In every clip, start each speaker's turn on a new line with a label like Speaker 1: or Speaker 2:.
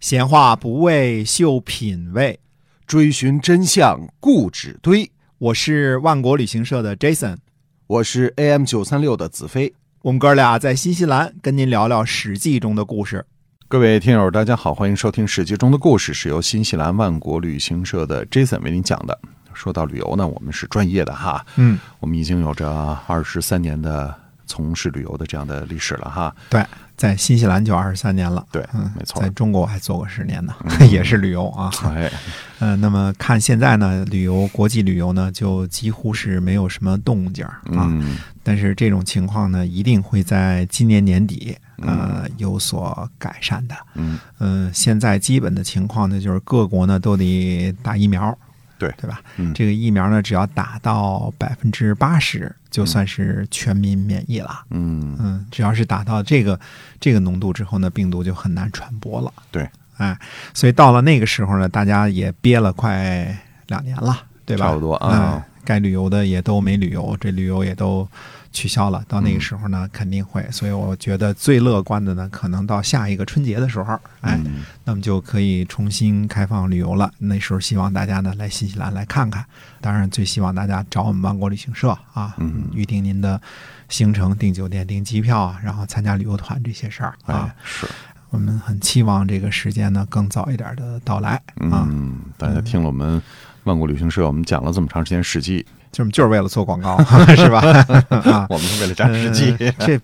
Speaker 1: 闲话不为秀品味，
Speaker 2: 追寻真相故纸堆。
Speaker 1: 我是万国旅行社的 Jason，
Speaker 2: 我是 AM 九三六的子飞。
Speaker 1: 我们哥俩在新西兰跟您聊聊《史记》中的故事。
Speaker 2: 各位听友，大家好，欢迎收听《史记》中的故事，是由新西兰万国旅行社的 Jason 为您讲的。说到旅游呢，我们是专业的哈，
Speaker 1: 嗯，
Speaker 2: 我们已经有着二十三年的从事旅游的这样的历史了哈。
Speaker 1: 对，在新西兰就二十三年了，
Speaker 2: 对
Speaker 1: 嗯，
Speaker 2: 没错
Speaker 1: 在中国我还做过十年呢，
Speaker 2: 嗯
Speaker 1: 也是旅游啊。
Speaker 2: 哎，
Speaker 1: 呃，那么看现在呢，旅游国际旅游呢，就几乎是没有什么动静儿啊。
Speaker 2: 嗯，
Speaker 1: 但是这种情况呢，一定会在今年年底呃有所改善的。
Speaker 2: 嗯，
Speaker 1: 嗯、现在基本的情况呢，就是各国呢都得打疫苗，
Speaker 2: 对
Speaker 1: 对吧？
Speaker 2: 嗯
Speaker 1: 这个疫苗呢，只要打到百分之八十，就算是全民免疫了。
Speaker 2: 嗯，
Speaker 1: 嗯，只要是打到这个这个浓度之后呢，病毒就很难传播了。
Speaker 2: 对，
Speaker 1: 哎，所以到了那个时候呢，大家也憋了快两年了，对吧？
Speaker 2: 差不多啊
Speaker 1: 哎该旅游的也都没旅游，这旅游也都取消了。到那
Speaker 2: 嗯
Speaker 1: 个时候呢，肯定会。所以我觉得最乐观的呢，可能到下一个春节的时候，哎，
Speaker 2: 嗯
Speaker 1: 那么就可以重新开放旅游了。那时候希望大家呢来新西兰来看看，当然最希望大家找我们万国旅行社啊，
Speaker 2: 嗯
Speaker 1: 预定您的行程、订酒店、订机票，啊然后参加旅游团这些事儿啊。
Speaker 2: 哎，是，
Speaker 1: 我们很期望这个时间呢更早一点的到来啊，
Speaker 2: 嗯，大家听了我们万国旅行社，我们讲了这么长时间《史记》，
Speaker 1: 就是就是为了做广 告是吧？啊，
Speaker 2: 我们是为了讲《史记》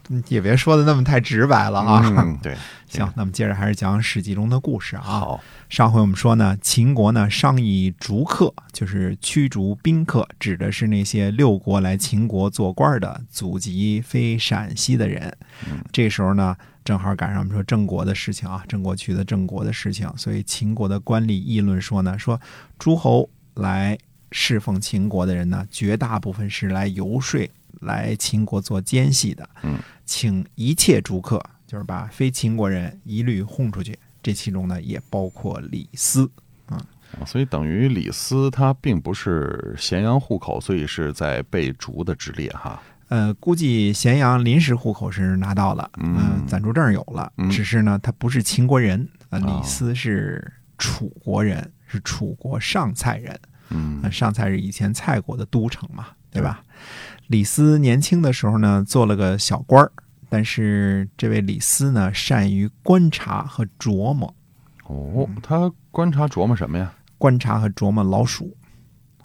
Speaker 1: 嗯这也别说的那么太直白了啊。
Speaker 2: 嗯，对，
Speaker 1: 行，那么接着还是讲《史记》中的故事啊。
Speaker 2: 好，
Speaker 1: 上回我们说呢，秦国呢商议逐客，就是驱逐宾客，指的是那些六国来秦国做官的祖籍非陕西的人。
Speaker 2: 嗯
Speaker 1: 这时候呢，正好赶上我们说郑国的事情啊，郑国渠的郑国的事情，所以秦国的官吏议论说呢，说诸侯来侍奉秦国的人呢，绝大部分是来游说来秦国做奸细的。
Speaker 2: 嗯，
Speaker 1: 请一切逐客，就是把非秦国人一律轰出去。这其中呢，也包括李斯。
Speaker 2: 啊所以等于李斯他并不是咸阳户口，所以是在被逐的之列哈。
Speaker 1: 呃，估计咸阳临时户口是拿到了，
Speaker 2: 嗯
Speaker 1: 呃暂住证有了，
Speaker 2: 嗯
Speaker 1: 只是呢，他不是秦国人，呃，
Speaker 2: 哦
Speaker 1: 李斯是楚国人，是楚国上蔡人。
Speaker 2: 嗯
Speaker 1: 呃上蔡是以前蔡国的都城嘛，对吧？李斯年轻的时候呢，做了个小官儿，但是这位李斯呢，善于观察和琢磨，
Speaker 2: 哦，他观察琢磨什么呀？
Speaker 1: 观察和琢磨老鼠。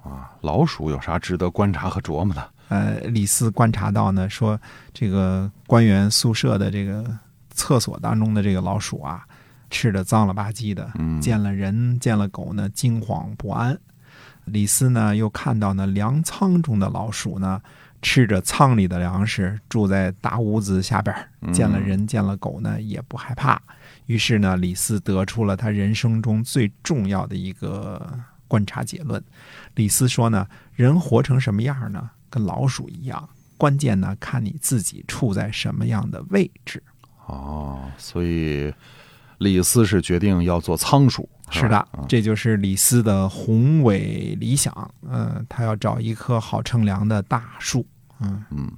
Speaker 2: 啊，老鼠有啥值得观察和琢磨的？
Speaker 1: 呃，李斯观察到呢，说这个官员宿舍的这个厕所当中的这个老鼠啊，吃的脏了吧唧的，
Speaker 2: 嗯，
Speaker 1: 见了人见了狗呢惊惶不安。李斯呢又看到呢粮仓中的老鼠呢吃着仓里的粮食，住在大屋子下边儿，
Speaker 2: 嗯
Speaker 1: 见了人见了狗呢也不害怕。于是呢，李斯得出了他人生中最重要的一个观察结论。李斯说呢，人活成什么样呢，跟老鼠一样，关键呢看你自己处在什么样的位置。
Speaker 2: 哦，所以李斯是决定要做仓鼠，啊
Speaker 1: 是
Speaker 2: 吧
Speaker 1: 的，这就是李斯的宏伟理想。嗯、他要找一棵好乘凉的大树。嗯，
Speaker 2: 嗯，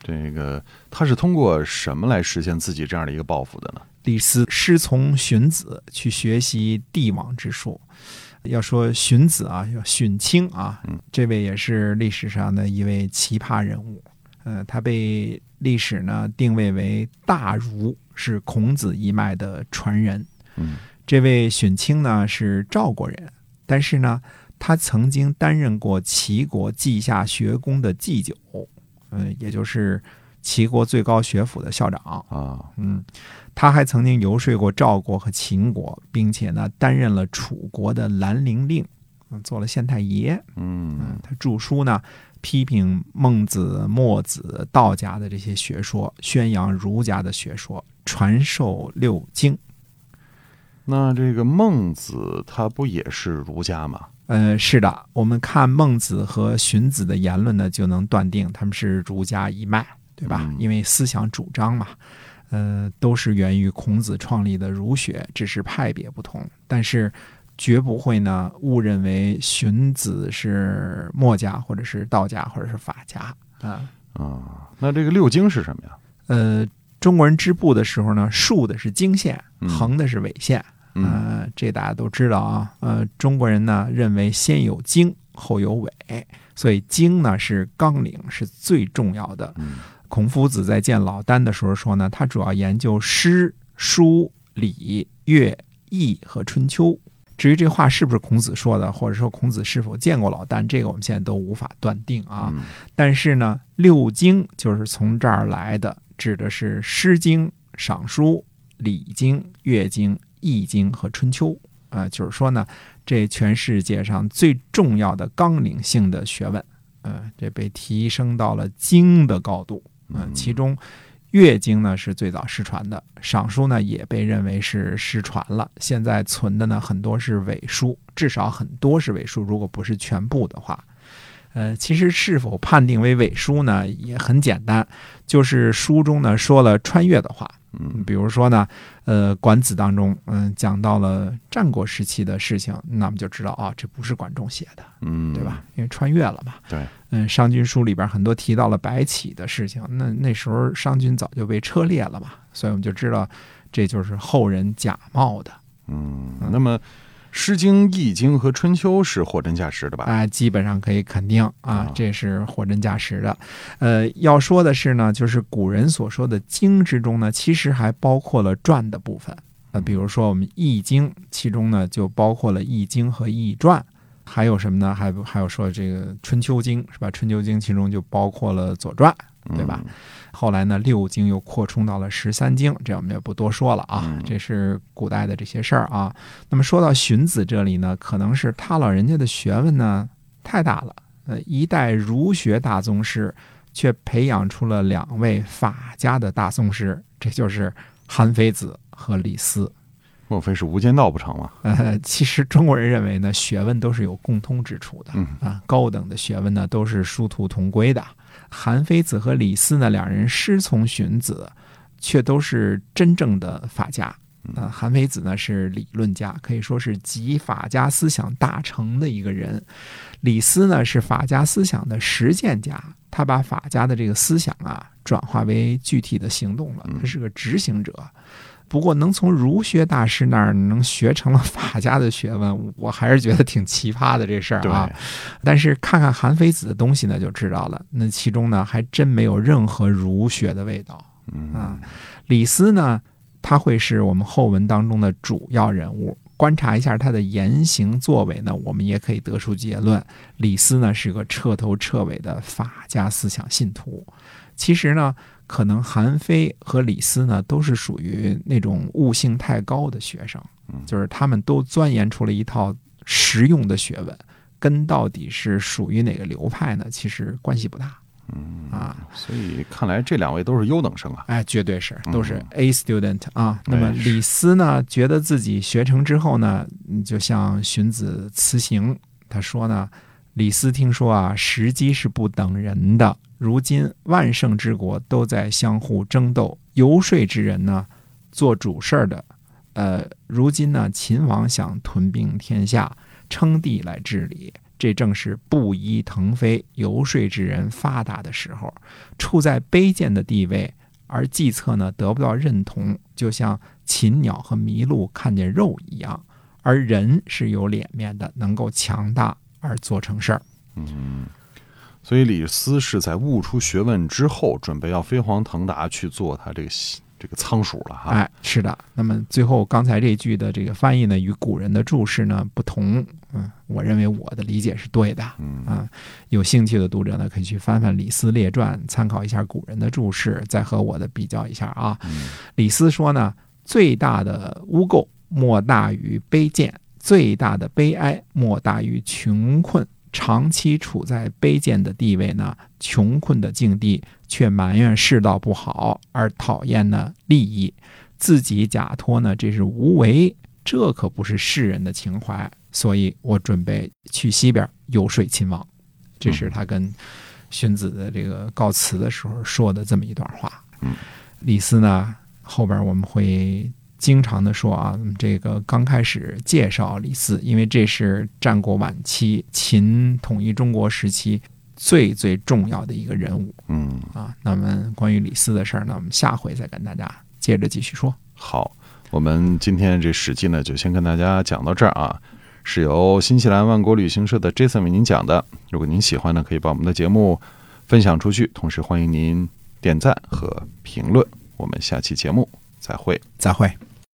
Speaker 2: 这个他是通过什么来实现自己这样的一个抱负的呢？
Speaker 1: 李斯师从荀子去学习帝王之术。要说荀子啊，要荀卿啊
Speaker 2: 嗯，
Speaker 1: 这位也是历史上的一位奇葩人物。呃，他被历史呢定位为大儒，是孔子一脉的传人。
Speaker 2: 嗯
Speaker 1: 这位荀卿呢是赵国人，但是呢，他曾经担任过齐国稷下学宫的祭酒，嗯，也就是齐国最高学府的校长。
Speaker 2: 啊，
Speaker 1: 嗯，他还曾经游说过赵国和秦国，并且呢，担任了楚国的兰陵令，嗯做了县太爷。
Speaker 2: 嗯
Speaker 1: 嗯，他著书呢，批评孟子、墨子、道家的这些学说，宣扬儒家的学说，传授六经。
Speaker 2: 那这个孟子他不也是儒家吗？
Speaker 1: 呃，是的，我们看孟子和荀子的言论呢，就能断定他们是儒家一脉，对吧？
Speaker 2: 嗯
Speaker 1: 因为思想主张嘛，呃，都是源于孔子创立的儒学，只是派别不同，但是绝不会呢误认为荀子是墨家或者是道家或者是法家啊。
Speaker 2: 啊，那这个六经是什么呀？
Speaker 1: 呃，中国人织布的时候呢，竖的是经线，
Speaker 2: 嗯
Speaker 1: 横的是纬线。
Speaker 2: 嗯
Speaker 1: 呃，这大家都知道啊。呃，中国人呢认为先有经后有纬，所以经呢是纲领，是最重要的。
Speaker 2: 嗯
Speaker 1: 孔夫子在见老聃的时候说呢，他主要研究诗、书、礼、乐、易和春秋。至于这话是不是孔子说的，或者说孔子是否见过老聃，这个我们现在都无法断定啊。
Speaker 2: 嗯
Speaker 1: 但是呢，六经就是从这儿来的，指的是《诗经》《尚书》《礼经》《乐经》《易经》和《春秋》啊、就是说呢，这全世界上最重要的纲领性的学问，呃，这被提升到了经的高度。嗯、
Speaker 2: 嗯
Speaker 1: 其中《乐经呢》是最早失传的，《尚书呢》也被认为是失传了。现在存的呢很多是伪书，至少很多是伪书，如果不是全部的话。呃，其实是否判定为伪书呢，也很简单，就是书中呢说了穿越的话，
Speaker 2: 嗯
Speaker 1: 比如说呢，呃，《管子》当中，嗯、讲到了战国时期的事情，那么就知道啊，这不是管仲写的，
Speaker 2: 嗯，
Speaker 1: 对吧？？因为穿越了嘛。
Speaker 2: 对，
Speaker 1: 嗯，《商君书》里边很多提到了白起的事情，那那时候商君早就被车裂了嘛，所以我们就知道这就是后人假冒的。
Speaker 2: 嗯，那么《诗经》《易经》和《春秋》是货真价实的吧？
Speaker 1: 啊、基本上可以肯定啊
Speaker 2: 啊，
Speaker 1: 这是货真价实的。呃，要说的是呢，就是古人所说的经之中呢，其实还包括了传的部分。呃，比如说我们《易经》，其中呢就包括了《易经》和《易传》，还有什么呢？还还有说这个《春秋经》是吧？《春秋经》其中就包括了《左传》。对吧
Speaker 2: 嗯？
Speaker 1: 后来呢，六经又扩充到了十三经，这我们就不多说了啊
Speaker 2: 嗯，
Speaker 1: 这是古代的这些事儿啊。那么说到荀子这里呢，可能是他老人家的学问呢太大了，呃，一代儒学大宗师，却培养出了两位法家的大宗师，这就是韩非子和李斯。
Speaker 2: 莫非是《无间道》不成吗？
Speaker 1: 呃，其实中国人认为呢，学问都是有共通之处的。
Speaker 2: 嗯
Speaker 1: 啊，高等的学问呢都是殊途同归的。韩非子和李斯呢，两人师从荀子，却都是真正的法家。啊，韩非子呢是理论家，可以说是集法家思想大成的一个人。李斯呢是法家思想的实践家，他把法家的这个思想啊转化为具体的行动了，他是个执行者。不过能从儒学大师那儿能学成了法家的学问，我还是觉得挺奇葩的这事儿
Speaker 2: 对，
Speaker 1: 啊。但是看看韩非子的东西呢，就知道了。那其中呢，还真没有任何儒学的味道啊
Speaker 2: 嗯。
Speaker 1: 李斯呢，他会是我们后文当中的主要人物。观察一下他的言行作为呢，我们也可以得出结论：李斯呢是个彻头彻尾的法家思想信徒。其实呢，可能韩非和李斯呢都是属于那种悟性太高的学生
Speaker 2: 嗯，
Speaker 1: 就是他们都钻研出了一套实用的学问，跟到底是属于哪个流派呢？其实关系不大。嗯啊，
Speaker 2: 所以看来这两位都是优等生啊。
Speaker 1: 哎，绝对是
Speaker 2: 嗯
Speaker 1: 都是 A student 啊。那么
Speaker 2: 哎是
Speaker 1: 李斯呢，觉得自己学成之后呢，嗯就向荀子辞行。他说呢，李斯听说啊，时机是不等人的，如今万圣之国都在相互争斗，游说之人呢，做主事儿的，呃，如今呢，秦王想吞并天下，称帝来治理。这正是布衣腾飞、游说之人发达的时候，处在卑贱的地位，而计策呢得不到认同，就像禽鸟和麋鹿看见肉一样，而人是有脸面的，能够强大而做成事儿。
Speaker 2: 嗯，所以李斯是在悟出学问之后，准备要飞黄腾达去做他这个西这个仓鼠了哈。
Speaker 1: 哎，是的。那么最后刚才这句的这个翻译呢，与古人的注释呢不同。嗯，我认为我的理解是对的。
Speaker 2: 嗯
Speaker 1: 啊，有兴趣的读者呢，可以去翻翻《李斯列传》，参考一下古人的注释，再和我的比较一下啊。
Speaker 2: 嗯
Speaker 1: 李斯说呢，最大的污垢莫大于卑贱，最大的悲哀莫大于穷困。长期处在卑贱的地位呢，穷困的境地，却埋怨世道不好，而讨厌呢利益，自己假托呢这是无为，这可不是世人的情怀。所以我准备去西边游说秦王，这是他跟荀子的这个告辞的时候说的这么一段话。
Speaker 2: 嗯，
Speaker 1: 李斯呢，后边我们会经常的说啊，嗯这个刚开始介绍李斯，因为这是战国晚期秦统一中国时期最最重要的一个人物
Speaker 2: 嗯，
Speaker 1: 啊。那么关于李斯的事儿呢，我们下回再跟大家接着继续说。
Speaker 2: 好。我们今天这《史记》呢，就先跟大家讲到这儿啊。是由新西兰万国旅行社的 Jason 为您讲的。如果您喜欢呢，可以把我们的节目分享出去，同时欢迎您点赞和评论。我们下期节目再会。
Speaker 1: 再会。